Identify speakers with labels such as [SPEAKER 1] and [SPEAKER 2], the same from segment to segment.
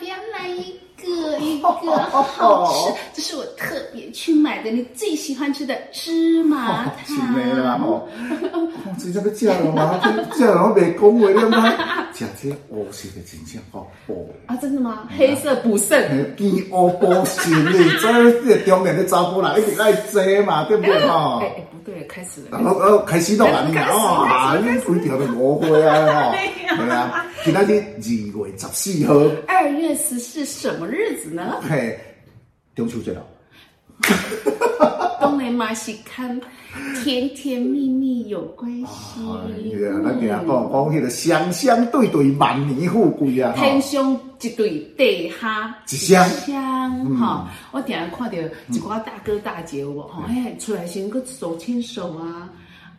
[SPEAKER 1] 边来一个一个好 吃，这是我特别去买的，你最喜欢吃的芝麻
[SPEAKER 2] 是
[SPEAKER 1] 糖。
[SPEAKER 2] 咩啦吼？我真正要食咯嘛，食人我袂讲话了嘛。食这乌色的真正好补，
[SPEAKER 1] 啊，真的吗？黑色补肾，
[SPEAKER 2] 嘿见乌补肾哩，这这中年的查甫人一定爱坐嘛，对不对吼
[SPEAKER 1] 哦
[SPEAKER 3] 哎？哎，不对，开始了。
[SPEAKER 2] 然后呃开始弄啊，你啊，你规条都误会啊吼，对啊，今仔日二月十四号，
[SPEAKER 1] 二月十四什么日子呢？
[SPEAKER 2] 嘿，中秋节了。
[SPEAKER 1] 东雷马西看，甜甜蜜蜜有关系。
[SPEAKER 2] 哎呀，咱定
[SPEAKER 1] 啊
[SPEAKER 2] 讲讲迄个双双对对万年富贵啊，吼
[SPEAKER 1] 天，上一对地下
[SPEAKER 2] 一箱嗯
[SPEAKER 1] 箱哈、我顶下看到一寡大哥大姐有无吼，
[SPEAKER 2] 嗯
[SPEAKER 1] 哎、出来时阵佫手牵手啊，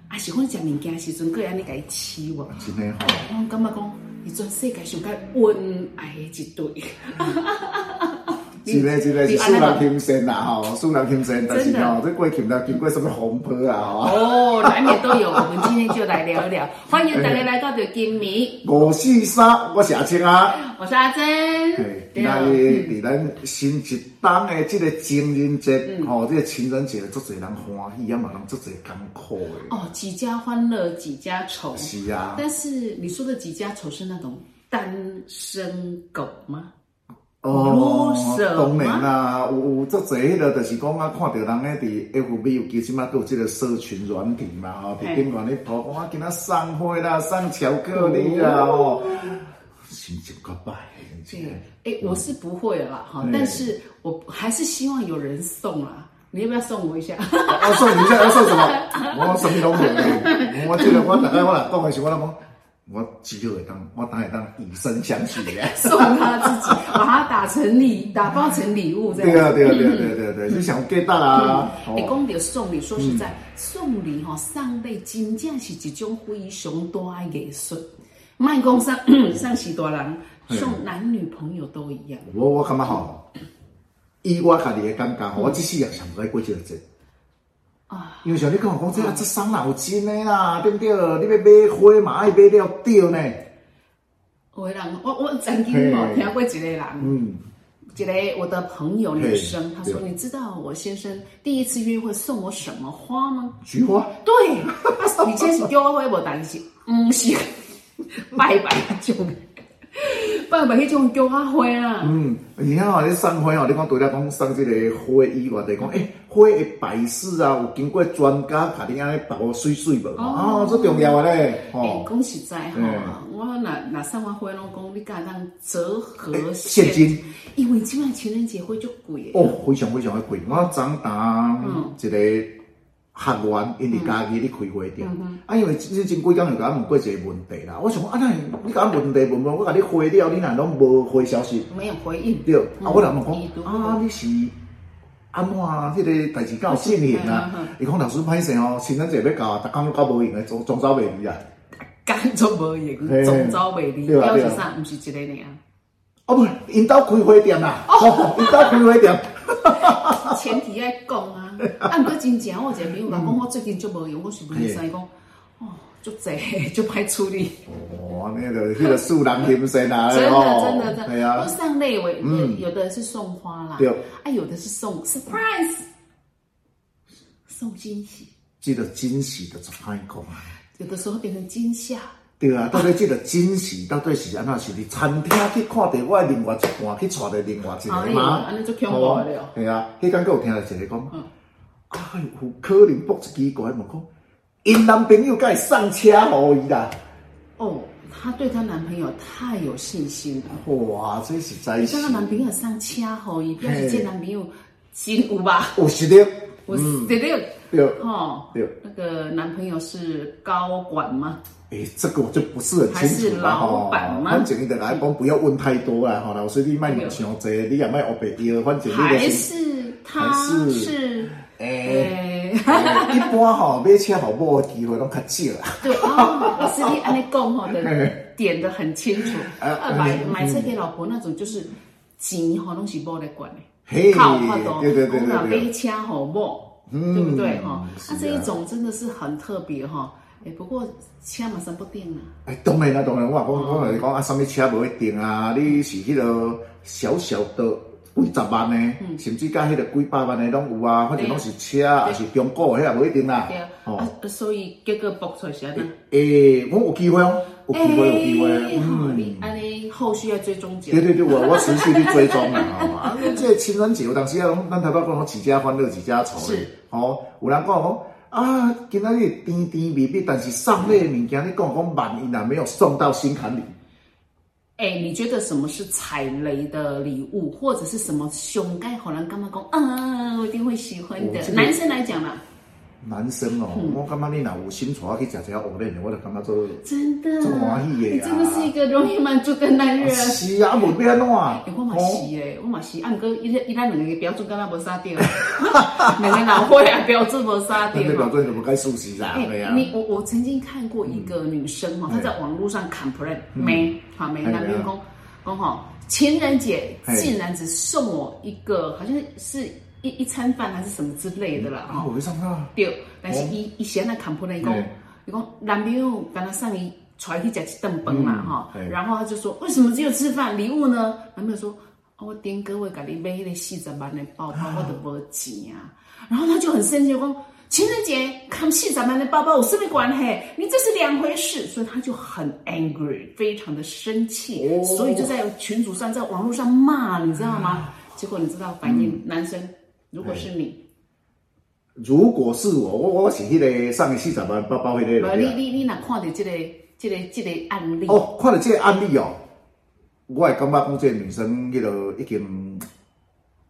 [SPEAKER 1] 啊喜欢食物件的时阵，佫会安尼甲伊饲我，
[SPEAKER 2] 啊真诶吼。
[SPEAKER 1] 我感觉讲，伊全世界上较恩爱的一对，
[SPEAKER 2] 一个一个是苏南天仙啦吼，苏南天仙，但是
[SPEAKER 1] 真的
[SPEAKER 2] 吼，这过去毋知经过什么风波啊吼。
[SPEAKER 1] 哦，难免都有。我们今天就来聊 一聊，欢迎大家来到的金迷，
[SPEAKER 2] 五四三，我是阿青啊。
[SPEAKER 1] 我是阿珍
[SPEAKER 2] 嘿，今
[SPEAKER 1] 对啊
[SPEAKER 2] 仔日伫咱新一档的即个情人节，吼，即个情人节足侪人欢喜，也嘛人足侪艰苦的。
[SPEAKER 1] 哦，几家欢乐几家愁，
[SPEAKER 2] 是啊，
[SPEAKER 1] 但是你说的几家愁是那种单身狗吗？
[SPEAKER 2] 哦
[SPEAKER 1] 有什，么
[SPEAKER 2] 当然啦，有有足侪迄个，就是讲啊，看到人咧伫 FB 有其实嘛，都有即个社群软体嘛，哦吼，伫
[SPEAKER 1] 嘿
[SPEAKER 2] 顶面咧铺讲啊，今仔送花啦，送巧克力啦，吼，心情较歹，
[SPEAKER 1] 对
[SPEAKER 2] 真的，
[SPEAKER 1] 哎，我是不会了啦
[SPEAKER 2] 嗯
[SPEAKER 1] 哈，但是我还是希望有人送啦。你要不要送我一下？
[SPEAKER 2] 我送啊你一下，要送什么？我什么拢无，我这个我大概我来讲的时候，我来讲，我只有会当，我当会当以身相许 的。
[SPEAKER 1] 送他自己， 把它打成礼，打包成礼物这
[SPEAKER 2] 对
[SPEAKER 1] 样。
[SPEAKER 2] 啊，对啊，对啊，对啊，对啊，
[SPEAKER 1] 嗯
[SPEAKER 2] 对啊，就想给大啦，哦
[SPEAKER 1] 哎，讲到送礼，说实在，
[SPEAKER 2] 嗯
[SPEAKER 1] 送礼吼、送礼真正是一种非常大的艺术。卖讲 送送许多人，
[SPEAKER 2] 嗯
[SPEAKER 1] 送男女朋友都一样。
[SPEAKER 2] 我我感觉吼，以我家己的感觉吼，我即世人上该过即个节。
[SPEAKER 1] 啊，
[SPEAKER 2] 因为像你跟我讲，这啊，这伤脑筋的啦，对不对？你要买花嘛，爱买了对呢。
[SPEAKER 1] 有的人，我我曾经哦
[SPEAKER 2] 嘿
[SPEAKER 1] 听过一个人，
[SPEAKER 2] 嗯，
[SPEAKER 1] 一个我的朋友女生
[SPEAKER 2] 嘿，
[SPEAKER 1] 她说：“
[SPEAKER 2] 对
[SPEAKER 1] 你知道我先生第一次约会送我什么花吗
[SPEAKER 2] 菊花，？”
[SPEAKER 1] 对，她说你先是丢我花无担心，嗯是，拜拜就拜拜迄种丢我花啊，
[SPEAKER 2] 嗯，而且吼，你送花吼，你讲除了讲送这个花以外，就是讲诶，花的摆饰啊，有经过专家甲你安尼包水水无？哦，这重要的咧，
[SPEAKER 1] 哎、
[SPEAKER 2] 吼，
[SPEAKER 1] 讲实在吼、
[SPEAKER 2] 嗯
[SPEAKER 1] 我若若送我花拢讲你敢当折合
[SPEAKER 2] 哎
[SPEAKER 1] 现
[SPEAKER 2] 现金，
[SPEAKER 1] 因为即摆情人节花就贵的，
[SPEAKER 2] 哦，非常非常的贵。我长大
[SPEAKER 1] 嗯
[SPEAKER 2] 一个学员，因伫家己咧开
[SPEAKER 1] 嗯
[SPEAKER 2] 花店，啊，因为之前几工有甲我问过一个问题啦，我想讲啊，那你甲我问题问问，我甲你回了，你若拢无回消息？
[SPEAKER 1] 没有回应。
[SPEAKER 2] 对，啊，我人
[SPEAKER 1] 伊拄
[SPEAKER 2] 问
[SPEAKER 1] 好
[SPEAKER 2] 讲，啊，你是安怎啊？迄个代志敢有进行啊
[SPEAKER 1] 嗯嗯？
[SPEAKER 2] 伊讲老师歹势哦，情人节要到啊，逐工都到无闲诶，总总走袂离啊。
[SPEAKER 1] 干做无用
[SPEAKER 2] 嘿，
[SPEAKER 1] 总招袂离，
[SPEAKER 2] 对啊
[SPEAKER 1] 表
[SPEAKER 2] 对啊
[SPEAKER 1] 是啥？毋是一个尔。
[SPEAKER 2] 哦，不是，因兜开花店啦，哦，因兜开花店，
[SPEAKER 1] 前提爱讲啊，啊，毋过真正我有一
[SPEAKER 2] 嗯
[SPEAKER 1] 个朋友甲讲，我最近足无用，我是问伊讲，哦，足侪足歹处理，
[SPEAKER 2] 哦，安尼个迄个树人心生啊，
[SPEAKER 1] 真的真的真
[SPEAKER 2] 系
[SPEAKER 1] 的，都
[SPEAKER 2] 啊，
[SPEAKER 1] 上类为有的是送花啦
[SPEAKER 2] 对，
[SPEAKER 1] 啊，有的是送 surprise，送惊喜，
[SPEAKER 2] 即个惊喜的就歹讲啊。
[SPEAKER 1] 有的时候变成惊吓，
[SPEAKER 2] 对啊，到底即个惊喜到底是安怎？是伫餐厅去看到我的另外一半去娶着另外一
[SPEAKER 1] 哎
[SPEAKER 2] 个
[SPEAKER 1] 呦
[SPEAKER 2] 吗？
[SPEAKER 1] 安尼足恐怖的了
[SPEAKER 2] 系啊，迄间佫有听到一个讲，啊，有可能卜一支过来问讲，因男朋友该送车互伊啦。
[SPEAKER 1] 哦，她对她男朋友太有信心了，
[SPEAKER 2] 哇，这是在
[SPEAKER 1] 叫她男朋友上车互伊，表示这男朋友真有吧，
[SPEAKER 2] 有实力，
[SPEAKER 1] 我绝对有。
[SPEAKER 2] 对
[SPEAKER 1] 哦，
[SPEAKER 2] 嗯对。
[SPEAKER 1] 那个男朋友是高管吗？
[SPEAKER 2] 诶，这个我就不是很清楚了
[SPEAKER 1] 还是老板吗
[SPEAKER 2] 反正你得来讲，不要问太多啦，吼。老师，你卖问伤济，你也卖黑白掉，反正你就
[SPEAKER 1] 还
[SPEAKER 2] 先
[SPEAKER 1] 是他
[SPEAKER 2] 还是哎
[SPEAKER 1] 是？
[SPEAKER 2] 诶。
[SPEAKER 1] 诶，
[SPEAKER 2] 哦一般吼、买车服务的机会拢较少啦。
[SPEAKER 1] 对哦，老师你安尼讲吼 的点的很清楚。
[SPEAKER 2] 啊
[SPEAKER 1] 呃，买
[SPEAKER 2] 哎
[SPEAKER 1] 买
[SPEAKER 2] 嗯
[SPEAKER 1] 车给老婆那种就是钱吼拢是无得管
[SPEAKER 2] 嘿
[SPEAKER 1] 的， 靠法度。
[SPEAKER 2] 对对对对对
[SPEAKER 1] 讲啊买车吼某，
[SPEAKER 2] 嗯
[SPEAKER 1] 对不对哈？
[SPEAKER 2] 是
[SPEAKER 1] 啊
[SPEAKER 2] 啊，
[SPEAKER 1] 这一种真的是很特别哈。哎，不过车嘛三不定啊。
[SPEAKER 2] 哎，当然啦，当然，我讲我来讲啊，什么车无一定啊，你是迄、落小小的几十万的，
[SPEAKER 1] 嗯
[SPEAKER 2] 甚至甲迄个几百万的拢有啊，反正拢是车啊，也是中国的，迄也无一定啦哦
[SPEAKER 1] 对。啊，啊，所以结果爆出来是安尼。哎
[SPEAKER 2] 诶，我有机会哦，有机会，有机会，
[SPEAKER 1] 好
[SPEAKER 2] 嗯。
[SPEAKER 1] 你安尼后续要追踪者
[SPEAKER 2] 对。对对，我我持续去追踪啦， 吼啊，即个情人节有当时啊，拢咱台北讲，几家欢乐几家愁咧
[SPEAKER 1] 是，
[SPEAKER 2] 吼、有人讲讲啊，今仔日甜甜蜜蜜，但是送礼的物件，你讲讲万一若没有送到心坎里，
[SPEAKER 1] 哎，你觉得什么是踩雷的礼物，或者是什么熊盖好人干嘛讲？嗯，我一定会喜欢
[SPEAKER 2] 我
[SPEAKER 1] 的
[SPEAKER 2] 这。个
[SPEAKER 1] 男生来讲啦，
[SPEAKER 2] 男生哦，
[SPEAKER 1] 嗯
[SPEAKER 2] 我感觉你若有心带我去食一下蚵仔，我就感觉做。啊
[SPEAKER 1] 真的，
[SPEAKER 2] 这么欢喜耶
[SPEAKER 1] 你真的是一个容易满足的男人。
[SPEAKER 2] 是啊，无变怎啊
[SPEAKER 1] 欸、？我嘛是诶，我嘛是，啊，毋过伊伊咱两个标准敢若无啥对，两个老伙啊 标准无啥
[SPEAKER 2] 那
[SPEAKER 1] 对
[SPEAKER 2] 个
[SPEAKER 1] 吼
[SPEAKER 2] 标。准就不该素食啦，对
[SPEAKER 1] 欸
[SPEAKER 2] 啊。嗯
[SPEAKER 1] 你我我曾经看过一个女生哦哈，她在网络上 complain 没 E 好没
[SPEAKER 2] 哎
[SPEAKER 1] 男
[SPEAKER 2] 对
[SPEAKER 1] 员
[SPEAKER 2] 啊
[SPEAKER 1] 工讲哈，情人节
[SPEAKER 2] 哎
[SPEAKER 1] 竟然只送我一个，好像是一一餐饭还是什么之类的啦哦
[SPEAKER 2] 啊，
[SPEAKER 1] 哈。
[SPEAKER 2] 我会上啊。
[SPEAKER 1] 对，但是伊伊先来 complain 讲
[SPEAKER 2] 哎，
[SPEAKER 1] 伊讲男朋友刚刚上伊带去吃一顿饭嘛
[SPEAKER 2] 嗯
[SPEAKER 1] 哈
[SPEAKER 2] 哎，
[SPEAKER 1] 然后他就说为什么只有吃饭礼物呢？男朋友说，哦我顶个月给你买迄个四十万的包包，
[SPEAKER 2] 啊
[SPEAKER 1] 我都无钱啊。然后他就很生气地讲。情人节看四十万的包包有什么关系？你这是两回事，所以他就很 angry，非常的生气，
[SPEAKER 2] 哦
[SPEAKER 1] 所以就在群组上，在网络上骂，你知道吗？
[SPEAKER 2] 啊
[SPEAKER 1] 结果你知道反
[SPEAKER 2] 嗯
[SPEAKER 1] 应，男生如果是你，
[SPEAKER 2] 如果是我，我我是迄个送的四十万包包迄个
[SPEAKER 1] 无
[SPEAKER 2] 人
[SPEAKER 1] 你
[SPEAKER 2] 对啊。
[SPEAKER 1] 你你若看到即、个即、个即、个案例，
[SPEAKER 2] 哦，看到这个案例哦，我会感觉讲这个女生迄个已经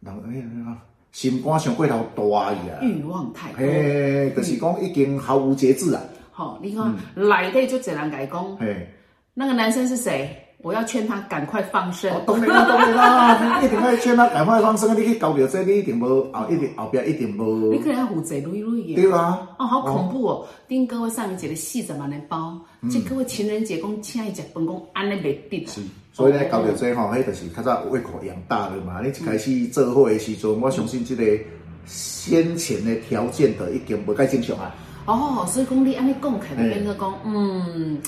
[SPEAKER 2] 人哎呀，心肝上过头大去啊。
[SPEAKER 1] 欲望太多，
[SPEAKER 2] 嘿，就是讲已经毫无节制啊。
[SPEAKER 1] 吼、你看
[SPEAKER 2] 嗯
[SPEAKER 1] 内底就一人甲伊讲，
[SPEAKER 2] 嘿，
[SPEAKER 1] 那个男生是谁？我要劝他赶快放生。
[SPEAKER 2] 哦，当然啦，当然啦，你一定啊爱劝他赶快放生，你去交流这，你一定无后一定后壁一定无
[SPEAKER 1] 你。可能要负责累累
[SPEAKER 2] 对
[SPEAKER 1] 耶。
[SPEAKER 2] 啦。
[SPEAKER 1] 哦，好恐怖哦！顶个月送伊一个四十万的包，
[SPEAKER 2] 嗯
[SPEAKER 1] 即个月情人节讲请伊食饭，讲安尼袂得啦。
[SPEAKER 2] 所以咧，交流这吼，迄就是较早胃口养大了嘛。你一开始做伙的时阵，我相信这个先前的条件就已经无介正常啊。
[SPEAKER 1] 哦，所以讲你安尼讲起来，就变做讲，嗯，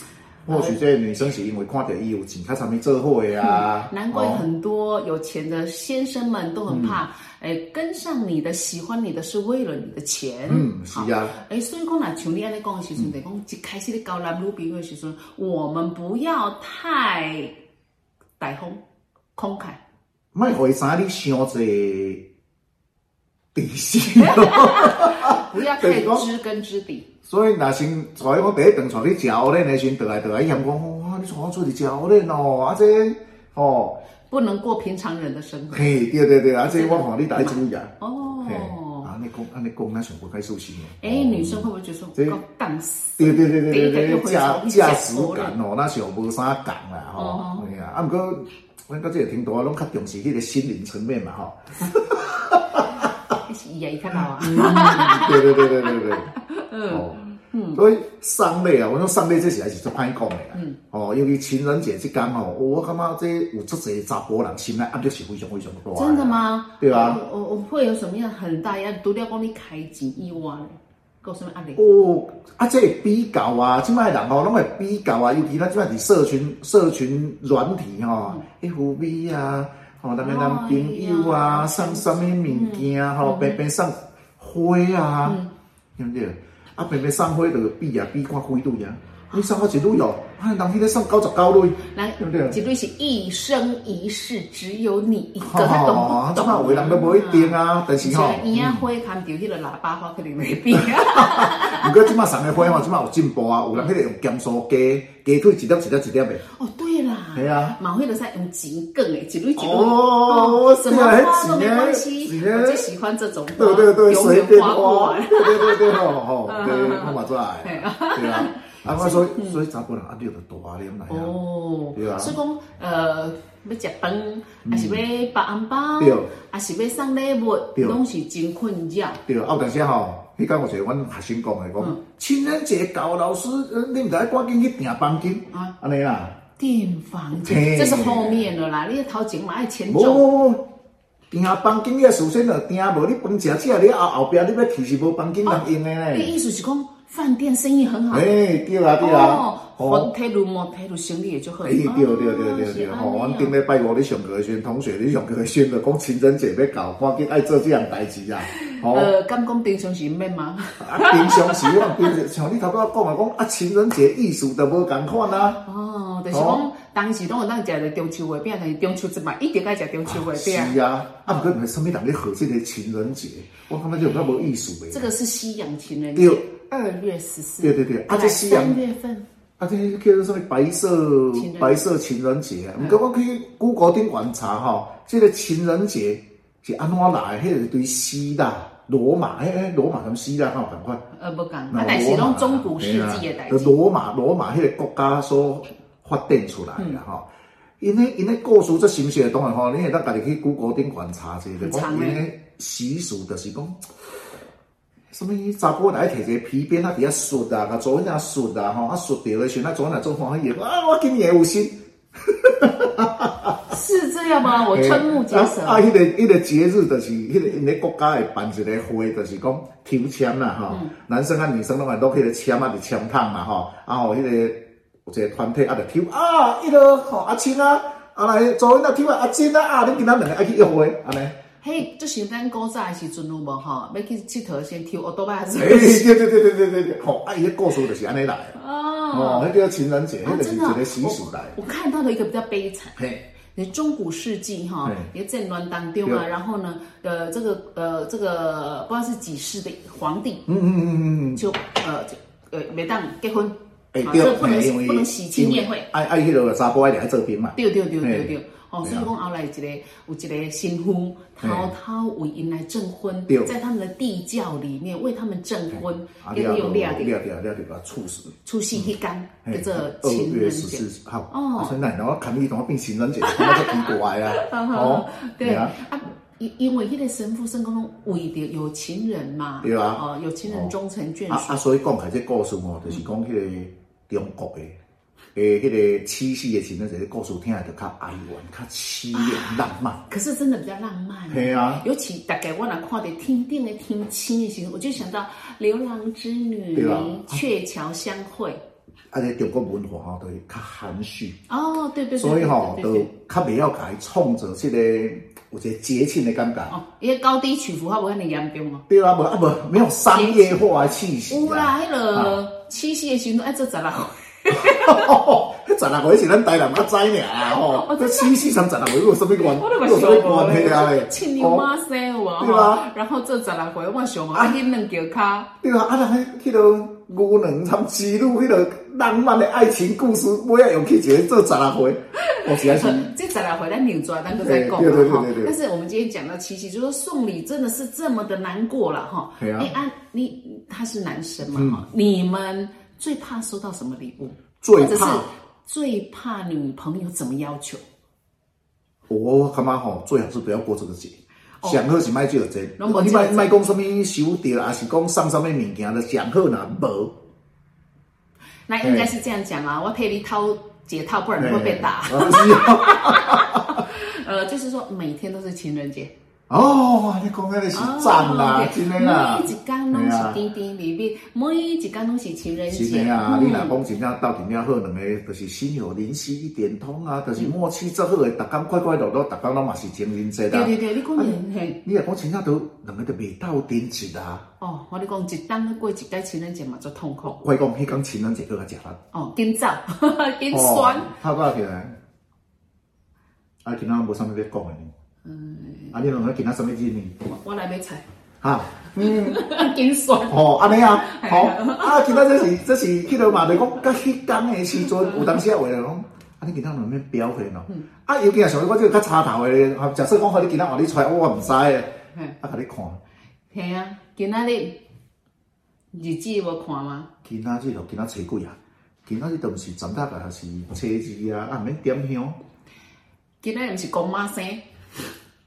[SPEAKER 2] 或许这个女生是因为看到伊有钱，较常去做伙的啊。
[SPEAKER 1] 嗯难怪
[SPEAKER 2] 哦
[SPEAKER 1] 很多有钱的先生们都很怕，
[SPEAKER 2] 嗯
[SPEAKER 1] 诶、跟上你的、喜欢你的是为了你的钱。
[SPEAKER 2] 嗯，是
[SPEAKER 1] 好。
[SPEAKER 2] 啊，
[SPEAKER 1] 诶，所以讲若像你安尼讲的时阵，就讲一开始咧交男女朋友的时阵，我们不要太大方、慷慨。
[SPEAKER 2] 莫互伊知影你伤济底线。
[SPEAKER 1] 不要太知根知底，
[SPEAKER 2] 所以若先带我第一顿带你食乌咧的时阵，倒来倒来伊嫌讲，哇，你带我出去食乌咧哦，啊这哦，
[SPEAKER 1] 不能过平常人的生活。
[SPEAKER 2] 嘿，对对对，啊这我看你大注意啊。
[SPEAKER 1] 哦
[SPEAKER 2] 嘿，，啊，你讲，啊，你讲，咱上不该受心
[SPEAKER 1] 诶，
[SPEAKER 2] 哦。
[SPEAKER 1] 哦哎女生会不会觉得说
[SPEAKER 2] 这
[SPEAKER 1] 我杠死？
[SPEAKER 2] 对对对对
[SPEAKER 1] 第一个
[SPEAKER 2] 对
[SPEAKER 1] 就
[SPEAKER 2] 对，
[SPEAKER 1] 回
[SPEAKER 2] 驾
[SPEAKER 1] 头
[SPEAKER 2] 驾驶感哦，那是无啥讲啦吼
[SPEAKER 1] 哦。
[SPEAKER 2] 哎呀，啊，毋过阮到这个程度，拢较重视迄个心灵层面嘛吼。
[SPEAKER 1] 那是伊啊，伊看到啊。
[SPEAKER 2] 嗯对对对对对 对。
[SPEAKER 1] 嗯
[SPEAKER 2] 哦，所以上类啊，我讲上类这是还是足歹讲的啦。
[SPEAKER 1] 嗯
[SPEAKER 2] 哦，尤其情人节即天吼，哦我感觉这有足侪查甫人心内压力是非常非常大。
[SPEAKER 1] 真的？吗？
[SPEAKER 2] 对啊
[SPEAKER 1] 我我我会有什么样很大压力？除了讲你开钱以外，有什么压力？
[SPEAKER 2] 哦，啊，这会比较啊，即摆人吼拢会比较啊，尤其咱即摆伫社群社群软体吼、f
[SPEAKER 1] 嗯
[SPEAKER 2] b 啊，吼、咱们男朋友
[SPEAKER 1] 哦
[SPEAKER 2] 啊，送什么物件
[SPEAKER 1] 嗯
[SPEAKER 2] 吼，平平送花啊，对不对？啊，平平送花就比啊比看几蕊啊，你送我一蕊哦，啊，人迄个送九十九蕊，
[SPEAKER 1] 来，
[SPEAKER 2] 对不对？
[SPEAKER 1] 绝对是一生一世只有 你一个，
[SPEAKER 2] 吼
[SPEAKER 1] 他懂不
[SPEAKER 2] 即
[SPEAKER 1] 懂？
[SPEAKER 2] 摆有的人都无一定啊，但
[SPEAKER 1] 是
[SPEAKER 2] 是吼、
[SPEAKER 1] 伊啊花看到迄个喇叭花，可能袂变。
[SPEAKER 2] 嗯毋过即摆送的花吼，即摆有进步啊，有人迄个用咸酥鸡，鸡腿一粒一粒一粒的。
[SPEAKER 1] 哦，对啦，
[SPEAKER 2] 对啊
[SPEAKER 1] 马会的在用钱梗诶，一路一路
[SPEAKER 2] 哦
[SPEAKER 1] 什么花都没关
[SPEAKER 2] 是
[SPEAKER 1] 系，
[SPEAKER 2] 啊是啊
[SPEAKER 1] 我最喜欢这种花，
[SPEAKER 2] 对对对，
[SPEAKER 1] 永
[SPEAKER 2] 随
[SPEAKER 1] 远
[SPEAKER 2] 便
[SPEAKER 1] 花不
[SPEAKER 2] 花，
[SPEAKER 1] 完。
[SPEAKER 2] 对对对哦吼，对，我嘛最爱，对啊，啊，我所以所以查甫人压力就大咧，来啊，
[SPEAKER 1] 哦
[SPEAKER 2] 对啊，嗯
[SPEAKER 1] 所以讲，呃，要食饭，还是要包红包
[SPEAKER 2] 对，
[SPEAKER 1] 还是要送礼物，
[SPEAKER 2] 对
[SPEAKER 1] 拢是真困扰。
[SPEAKER 2] 对啊，有当时吼，迄间有一个阮学生讲的讲，情人节到，老师，呃你毋知影赶紧去订房间，安尼啊，
[SPEAKER 1] 订房
[SPEAKER 2] 嘿
[SPEAKER 1] 间，这是后面的啦，你头前嘛爱前奏。
[SPEAKER 2] 无。订房间，你啊首先就订，无你饭食食了后后壁你要去是无房间人用的
[SPEAKER 1] 你
[SPEAKER 2] 咧。
[SPEAKER 1] 意思是讲饭店生意很好，
[SPEAKER 2] 哎，对啊对啊，
[SPEAKER 1] 哦，好体育无体育生理也就好。哦
[SPEAKER 2] 哎，对对对哦对对，吼！
[SPEAKER 1] 啊
[SPEAKER 2] 阮顶礼拜五咧上课时，同学咧上课时就讲情人节要到，赶紧爱做即样代志啊！吼，
[SPEAKER 1] 呃，敢讲平常时毋免 吗？
[SPEAKER 2] 啊，平常时我平像你头拄仔讲啊，讲啊情人节意思都无共款啊。
[SPEAKER 1] 哦，就是讲当时拢有咱食着中秋月饼，但是中秋节嘛，一定爱食中秋月饼。
[SPEAKER 2] 是啊，啊，毋过毋是啥物人咧合即个情人节，我感觉就有较无意思诶。
[SPEAKER 1] 这个是西洋情人节
[SPEAKER 2] 对，
[SPEAKER 1] 二月十四。
[SPEAKER 2] 对对对啊这西洋
[SPEAKER 1] 三月份，
[SPEAKER 2] 啊，这个叫做什么白色
[SPEAKER 1] 情人节
[SPEAKER 2] 白色情人节啊？毋过我去 Google 顶观察吼，这个情人节是安怎来的？迄个是对希腊、罗马，迄迄罗马跟希腊敢有共款？
[SPEAKER 1] 呃，无讲，啊，但是拢中古世纪的代
[SPEAKER 2] 对啊
[SPEAKER 1] 志。
[SPEAKER 2] 罗马罗马迄个国家所发展出来
[SPEAKER 1] 嗯
[SPEAKER 2] 的吼。因为因为故事这形式当然吼，你会当家己去 Google 顶观察一下，就
[SPEAKER 1] 很
[SPEAKER 2] 讲
[SPEAKER 1] 长欸
[SPEAKER 2] 因
[SPEAKER 1] 的
[SPEAKER 2] 为习俗就是讲。什物查甫人爱摕一个皮鞭啊，伫遐ဆွ啊，甲左囝ဆွ啊，吼，啊ဆွ着的时阵，啊左囝做欢喜，啊，我今年有心，
[SPEAKER 1] 是这
[SPEAKER 2] 哎
[SPEAKER 1] 样吗？我瞠目结舌。
[SPEAKER 2] 啊，啊迄、个迄、个节日就是迄、个因咧国家会办一个会，就是讲抽签啦吼，男生啊女生拢会落迄个签啊，伫签筒嘛吼，啊吼迄、个有一个团体啊，就抽啊，迄个吼阿青啊，啊来昨天啊抽啊阿青啊，啊恁今仔两个爱去约会，安尼。
[SPEAKER 1] 嘿，就是咱古早的时阵有无吼，要去佚佗先抽奥多巴
[SPEAKER 2] 哎、
[SPEAKER 1] 是？
[SPEAKER 2] 对对对对对对对，吼、啊，伊个故事就是安尼来的，
[SPEAKER 1] 哦，
[SPEAKER 2] 哦，迄、叫情人节，迄、
[SPEAKER 1] 啊
[SPEAKER 2] 个是
[SPEAKER 1] 真
[SPEAKER 2] 一
[SPEAKER 1] 的，
[SPEAKER 2] 个习俗来的，
[SPEAKER 1] 我我看到了一个比较悲惨。
[SPEAKER 2] 嘿，
[SPEAKER 1] 你中古世纪哈
[SPEAKER 2] 嗯，
[SPEAKER 1] 也战乱当中啊，
[SPEAKER 2] 对
[SPEAKER 1] 然后呢，呃，这个呃，这个不知道是几世的皇帝，
[SPEAKER 2] 嗯嗯嗯嗯嗯，
[SPEAKER 1] 就呃就呃没当结婚，
[SPEAKER 2] 哎、
[SPEAKER 1] 啊
[SPEAKER 2] 对，
[SPEAKER 1] 这不能
[SPEAKER 2] 嘿因为
[SPEAKER 1] 不能喜庆宴会，
[SPEAKER 2] 爱爱迄个查甫爱来做兵嘛，
[SPEAKER 1] 对对对对
[SPEAKER 2] 嘿
[SPEAKER 1] 对，哦，所
[SPEAKER 2] 对
[SPEAKER 1] 以
[SPEAKER 2] 啊
[SPEAKER 1] 讲后来一个有一个新妇
[SPEAKER 2] 嘿
[SPEAKER 1] 偷偷为因来证婚
[SPEAKER 2] 对，
[SPEAKER 1] 在他们的地窖里面为他们证婚，
[SPEAKER 2] 啊，
[SPEAKER 1] 给
[SPEAKER 2] 掠
[SPEAKER 1] 他用掠
[SPEAKER 2] 着
[SPEAKER 1] 的，
[SPEAKER 2] 掠着掠着把处死。
[SPEAKER 1] 出戏一干，
[SPEAKER 2] 嘿哦
[SPEAKER 1] 叫做
[SPEAKER 2] 嗯哎二
[SPEAKER 1] 情
[SPEAKER 2] 月
[SPEAKER 1] 人
[SPEAKER 2] 十
[SPEAKER 1] 节。
[SPEAKER 2] 四号，
[SPEAKER 1] 哦
[SPEAKER 2] 啊，现在然后看你怎么变情 人节，他妈才奇 怪啊！哦，
[SPEAKER 1] 嗯对
[SPEAKER 2] 啊
[SPEAKER 1] 啊，，因因为迄个神父圣公拢为着有情人嘛，
[SPEAKER 2] 对啊
[SPEAKER 1] 哦，有情人终成眷
[SPEAKER 2] 啊
[SPEAKER 1] 属，
[SPEAKER 2] 啊，所以讲起这故事哦，就是讲迄个中国的诶，迄个七夕的情人节的故事，听起来就较哀怨、较凄凉、浪漫。
[SPEAKER 1] 可是真的比较浪漫。
[SPEAKER 2] 嘿啊，
[SPEAKER 1] 尤其大概我若看到天顶的天星的时候，我就想到《牛郎织女
[SPEAKER 2] 对啊》
[SPEAKER 1] 鹊桥相会。
[SPEAKER 2] 啊，这中国文化吼，就是较含蓄，
[SPEAKER 1] 哦，对对对，
[SPEAKER 2] 所以吼，
[SPEAKER 1] 对对
[SPEAKER 2] 就
[SPEAKER 1] 对
[SPEAKER 2] 较袂晓家创造这个有一个节庆的感觉。
[SPEAKER 1] 哦，伊个高低起伏较无遐尼严重哦。
[SPEAKER 2] 对啊，无啊无，没有商业化的气息啊。啊
[SPEAKER 1] 有啦，迄落七夕的时阵爱哎做十六 岁，
[SPEAKER 2] 迄十六岁是咱台南较知尔吼，这死死三十六岁有啥物关，
[SPEAKER 1] 我都嘛
[SPEAKER 2] 有
[SPEAKER 1] 想
[SPEAKER 2] 啥物
[SPEAKER 1] 无
[SPEAKER 2] 关系啊嘞
[SPEAKER 1] 咧，？ 亲娘妈生有啊，
[SPEAKER 2] 对啊
[SPEAKER 1] 吼然后做十六岁，我嘛想无，啊，恁两脚骹。
[SPEAKER 2] 对啊，啊，咱迄迄落牛郎参织女迄落浪漫的爱情故事，尾仔用去一个做十六岁，我实在是
[SPEAKER 1] 这再来回来扭转，咱都在讲
[SPEAKER 2] 嗯对对对
[SPEAKER 1] 嘛哈
[SPEAKER 2] 对对对。
[SPEAKER 1] 但是我们今天讲到七夕，就说送礼真的是这么的难过了哈。
[SPEAKER 2] 对啊嗯
[SPEAKER 1] 你按你他是男生嘛哈，你们最怕收到什么礼物？
[SPEAKER 2] 最
[SPEAKER 1] 或者是
[SPEAKER 2] 怕。
[SPEAKER 1] 最怕女朋友怎么要求？
[SPEAKER 2] 我感觉吼，最好是不要过这个节。上好是卖这个节，
[SPEAKER 1] 拢无这个
[SPEAKER 2] 你卖
[SPEAKER 1] 节
[SPEAKER 2] 卖讲什么手碟，还是讲送什么物件，就上好若无。
[SPEAKER 1] 那应该是这样讲啊啦，我陪你掏解套，不然你会被打。
[SPEAKER 2] 嘿。啊是啊
[SPEAKER 1] 呃，就是说每天都是情人节，哦
[SPEAKER 2] 哦，你讲那个是赞啦，真的啦。
[SPEAKER 1] 每一天拢
[SPEAKER 2] 嘿啊
[SPEAKER 1] 是甜甜蜜蜜，每一天拢是情人
[SPEAKER 2] 是
[SPEAKER 1] 节嗯
[SPEAKER 2] 的。啊，你若讲真正斗阵了好，两个就是心有灵犀一点通啊，就是默契最好的，逐工快快乐乐，逐工拢嘛是情人节
[SPEAKER 1] 对
[SPEAKER 2] 啦。
[SPEAKER 1] 对对，你讲人嘿。
[SPEAKER 2] 你若讲真正都两个都未斗阵一啊，
[SPEAKER 1] 哦，我你讲一当过一届情人节嘛，足痛苦。
[SPEAKER 2] 我讲迄工情人节搁较食力，
[SPEAKER 1] 哦，紧走， 紧酸。
[SPEAKER 2] 哦，透早起来，啊，今仔无啥物要讲的呢，嗯，啊，你两个今仔啥物日呢？
[SPEAKER 1] 我我来买菜，
[SPEAKER 2] 哈，嗯。
[SPEAKER 1] 紧酸。
[SPEAKER 2] 哦，安尼啊，好、啊，其他这是这是迄落嘛，就讲甲迄工的时阵，有当时也话就讲，啊，你今仔两面表现咯，啊，尤其是像我这个较插头的，啊假设讲，好你今仔后你出来，我毋知的，
[SPEAKER 1] 嘿，
[SPEAKER 2] 啊，甲你看，
[SPEAKER 1] 嘿啊，今仔日日子无看吗？
[SPEAKER 2] 今仔日咯，今仔初几啊？今仔日都毋是十六啊，还是初二啊？啊，毋免点香，
[SPEAKER 1] 今仔日毋是公妈生，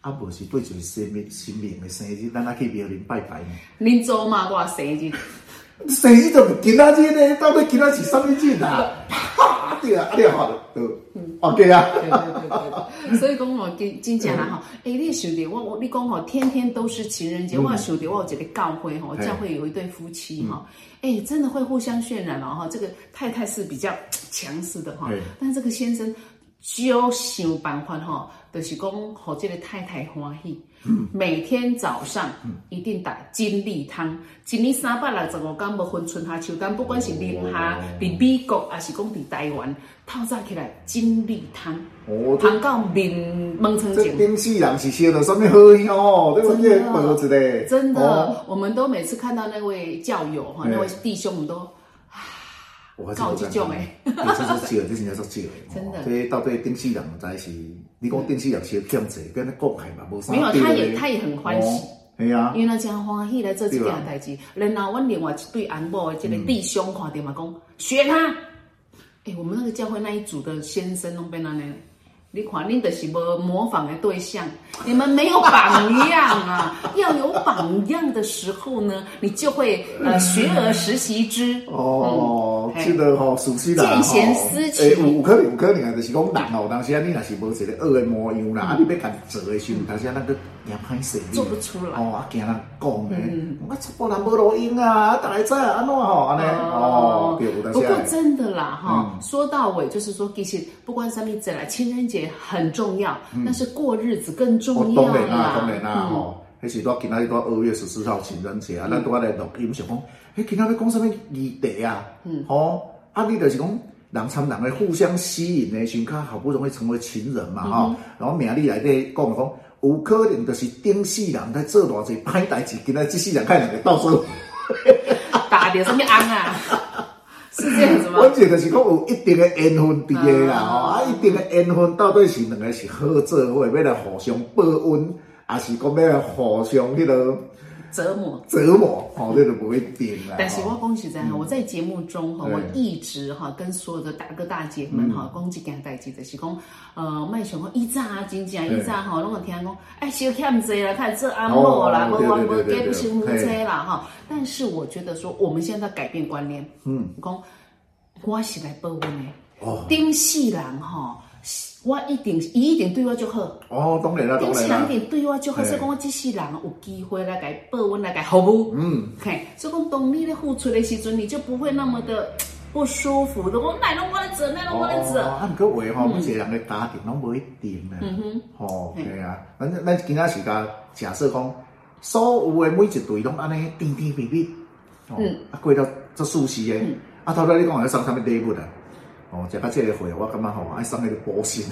[SPEAKER 2] 啊，无是对一个生命生命的生日，咱啊去庙里拜拜呢。
[SPEAKER 1] 恁祖妈我生日，
[SPEAKER 2] 生日都毋今仔日呢？到底今仔是啥物日啊？哈 啊对啊，啊你也发就哦对啊，
[SPEAKER 1] 对对对对 对，所以讲吼，真真正啦吼，
[SPEAKER 2] 嗯
[SPEAKER 1] 诶、你想着我，我你讲吼，天天都是情人节，我也想着我有一个教会吼，
[SPEAKER 2] 嘿嗯
[SPEAKER 1] 教会有一对夫妻哈，诶、真的会互相渲染哦哈，这个太太是比较强势的哈
[SPEAKER 2] 嘿，
[SPEAKER 1] 但这个先生就想办法哈，就是讲吼，这个太太欢喜。
[SPEAKER 2] 嗯
[SPEAKER 1] 每天早上一定打精力汤，一年三百六十五天无分春夏秋冬，不管
[SPEAKER 2] 哦
[SPEAKER 1] 是零下、伫美国，还是讲伫台湾，透早起来精力汤。
[SPEAKER 2] 哦这
[SPEAKER 1] 谈到面蒙成
[SPEAKER 2] 这
[SPEAKER 1] 景，
[SPEAKER 2] 顶世人是烧到什么好香哦，对不对？
[SPEAKER 1] 真的
[SPEAKER 2] 报一个，
[SPEAKER 1] 真的，
[SPEAKER 2] 哦，
[SPEAKER 1] 我们都每次看到那位教友哈，
[SPEAKER 2] 哎
[SPEAKER 1] 那位弟兄，我们都
[SPEAKER 2] 我
[SPEAKER 1] 告这种诶，
[SPEAKER 2] 这是少，这真正足少的哦
[SPEAKER 1] 真的
[SPEAKER 2] 这到底顶世人毋知是，你讲顶世人烧欠济，跟咱国系嘛无啥
[SPEAKER 1] 没嗯有，
[SPEAKER 2] 对
[SPEAKER 1] 他
[SPEAKER 2] 的
[SPEAKER 1] 也他也很欢喜。
[SPEAKER 2] 哦系啊，
[SPEAKER 1] 因为咱真欢喜来做这
[SPEAKER 2] 对啊
[SPEAKER 1] 件代志，然后阮另外一对安某的这个弟兄看到嘛，讲学他。诶，我们那个教会那一组的先生拢变安尼，你看恁就是无模仿的对象，你们没有榜样啊！ 要有榜样的时候呢，你就会呃学而时习之。
[SPEAKER 2] 哦，
[SPEAKER 1] 嗯
[SPEAKER 2] 这个吼，熟悉啦，
[SPEAKER 1] 见贤
[SPEAKER 2] 吼
[SPEAKER 1] 思齐
[SPEAKER 2] 诶，有有可能，有可能啊，就是讲人吼，有当时啊，你若是无一个恶的模样啦，啊，你要家己做的时候，有当时啊，咱个也歹势，
[SPEAKER 1] 嗯做不出来嗯
[SPEAKER 2] 哦，啊，惊人讲诶，我出波人无路用啊，大家知啊，安怎吼，安尼，哦，对，有当
[SPEAKER 1] 不
[SPEAKER 2] 时
[SPEAKER 1] 过
[SPEAKER 2] 啊，
[SPEAKER 1] 真的啦，哈、
[SPEAKER 2] 嗯
[SPEAKER 1] 说到尾就是说，其实不管什么节啦，情人节很重要，但是过日子更
[SPEAKER 2] 嗯哦
[SPEAKER 1] 重要
[SPEAKER 2] 当然啦
[SPEAKER 1] 啦，。
[SPEAKER 2] 当然啦，啊吼。迄是到今仔日到二月十四号情人节啊，咱拄仔来录音想讲，迄今仔日讲啥物议题啊？嗯，吼，啊，你就是讲人参人诶互相吸引诶，先较好不容易成为情人嘛，吼、然后名里内底讲讲，有可能就是顶世人在做偌济歹代志，今仔即世人看两个到 手。
[SPEAKER 1] 打点什么安啊？ 是这样子吗
[SPEAKER 2] 我？觉就是讲有一定的缘分伫个啦，吼啊，一定的缘分到底是两个是好做伙，要来互相报恩，还是讲要来互相迄、落？
[SPEAKER 1] 折磨。
[SPEAKER 2] 折磨，哦，这就不会定啦。
[SPEAKER 1] 但是
[SPEAKER 2] 哦
[SPEAKER 1] 我恭喜在哈，我在节目中哈，
[SPEAKER 2] 对嗯
[SPEAKER 1] 我一直哈跟所有的大哥大姐们哈，讲一件代志，就是讲，呃，卖想讲以前啊，真正
[SPEAKER 2] 对
[SPEAKER 1] 以前吼，拢有听讲，哎，小欠债啦，开始做安某啦，
[SPEAKER 2] 哦
[SPEAKER 1] 无
[SPEAKER 2] 对
[SPEAKER 1] 冤
[SPEAKER 2] 对
[SPEAKER 1] 无
[SPEAKER 2] 对
[SPEAKER 1] 家
[SPEAKER 2] 对
[SPEAKER 1] 不成无
[SPEAKER 2] 对
[SPEAKER 1] 债啦哈。但是我觉得说，我们现在要改变观念，嗯，讲我是来报恩的
[SPEAKER 2] 哦，
[SPEAKER 1] 顶世人哈，是我一定伊一定对我就好。
[SPEAKER 2] 哦，当然啦，当
[SPEAKER 1] 顶世
[SPEAKER 2] 然
[SPEAKER 1] 人
[SPEAKER 2] 啦
[SPEAKER 1] 一，定对我就好，
[SPEAKER 2] 嘿
[SPEAKER 1] 所以讲我即世人有机会来给报恩，来给服务。嗯，嘿，所以讲当你咧付出的时阵，你就不会那么的不舒服。如果哪拢我来做，哪拢我来做，
[SPEAKER 2] 啊，毋过话吼，每一个人的家庭拢不一定啦。嗯哼，哦，对啊，咱咱今仔时间假设讲，所有的每一对拢安尼甜甜蜜蜜，哦，啊，过到足舒适的，啊，头先你讲要送啥物礼物啊？哦，食到这个会，我感觉吼，爱送迄个保险，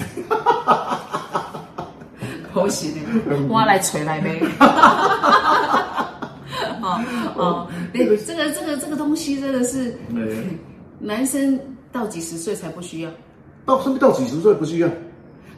[SPEAKER 1] 好是的，
[SPEAKER 2] 嗯
[SPEAKER 1] 我来找 来呗。哦哦，你这个这个这个东西真的是
[SPEAKER 2] 嗯，
[SPEAKER 1] 男生到几十岁才不需要，
[SPEAKER 2] 到甚物到几十岁不需要，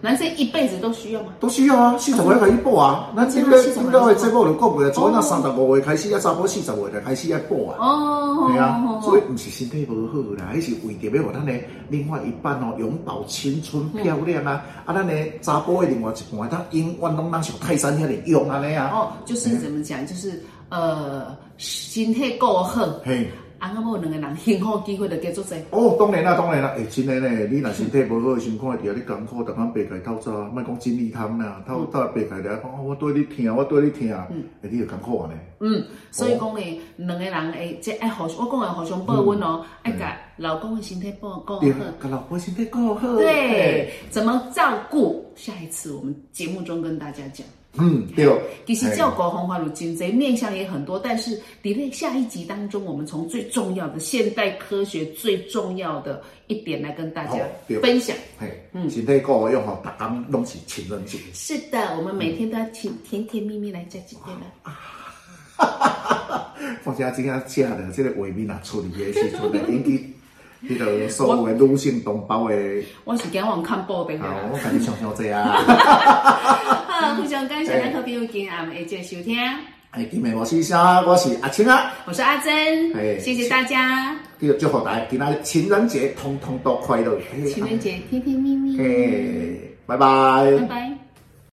[SPEAKER 1] 男生一辈子都需要吗？
[SPEAKER 2] 都需要啊，四十岁开始报啊。咱这个今朝的节目就讲过啊，从那三十五岁开始，啊，差不多四十岁就开始爱报啊。
[SPEAKER 1] 哦，
[SPEAKER 2] 系啊，所以唔是身体无好啦，迄是为着要互咱的另外一半哦永葆青春漂亮啊，
[SPEAKER 1] 嗯
[SPEAKER 2] 啊，咱的查甫的另外一半，他哦永远拢咱像泰山遐尼勇安尼啊，
[SPEAKER 1] 哦，就是怎么讲，就是呃，身体够好，
[SPEAKER 2] 嘿，
[SPEAKER 1] 翁仔某两个人幸福机会就加足侪。
[SPEAKER 2] 哦，当然啦，当然啦，诶，真的呢，你若身体无好的时候，看会着你艰苦，逐工爬起透早，莫讲精力汤
[SPEAKER 1] 嗯
[SPEAKER 2] 啦，透早爬起来讲，哦我对你疼，我对你疼，诶，你就艰苦啊呢，
[SPEAKER 1] 嗯，所以讲咧，两个人诶，即爱互我讲诶，互相保温哦，爱甲老公的身体保保好。
[SPEAKER 2] 对，甲老婆身体够好，
[SPEAKER 1] 对，，怎么照顾？下一次我们节目中跟大家讲。
[SPEAKER 2] 嗯，对，
[SPEAKER 1] 其实
[SPEAKER 2] 嘿
[SPEAKER 1] 教国红花乳金贼面向也很多，但是你在下一集当中，我们从最重要的现代科学最重要的一点来跟大家
[SPEAKER 2] 好对
[SPEAKER 1] 分享。
[SPEAKER 2] 嘿，
[SPEAKER 1] 嗯
[SPEAKER 2] 身体够好用吼，逐工拢是情人节。
[SPEAKER 1] 是的，我们每天都要甜甜甜蜜蜜来加几遍了。
[SPEAKER 2] 我者真正食着即个画面啊，处理的时阵，会引起迄个所有的女性同胞的，
[SPEAKER 1] 我是今晚看报的啦。
[SPEAKER 2] 啊，我家己想想这啊，
[SPEAKER 1] 好，非常感谢咱好朋友今暗的这个收听，
[SPEAKER 2] 哎，今暝我是啥？我是阿青啊，
[SPEAKER 1] 我是阿珍
[SPEAKER 2] 哎，
[SPEAKER 1] 谢谢大家，
[SPEAKER 2] 继续祝福大家今仔情人节通通都快乐，
[SPEAKER 1] 情人节甜甜蜜蜜，
[SPEAKER 2] 哎嘿，拜拜
[SPEAKER 1] 拜。拜。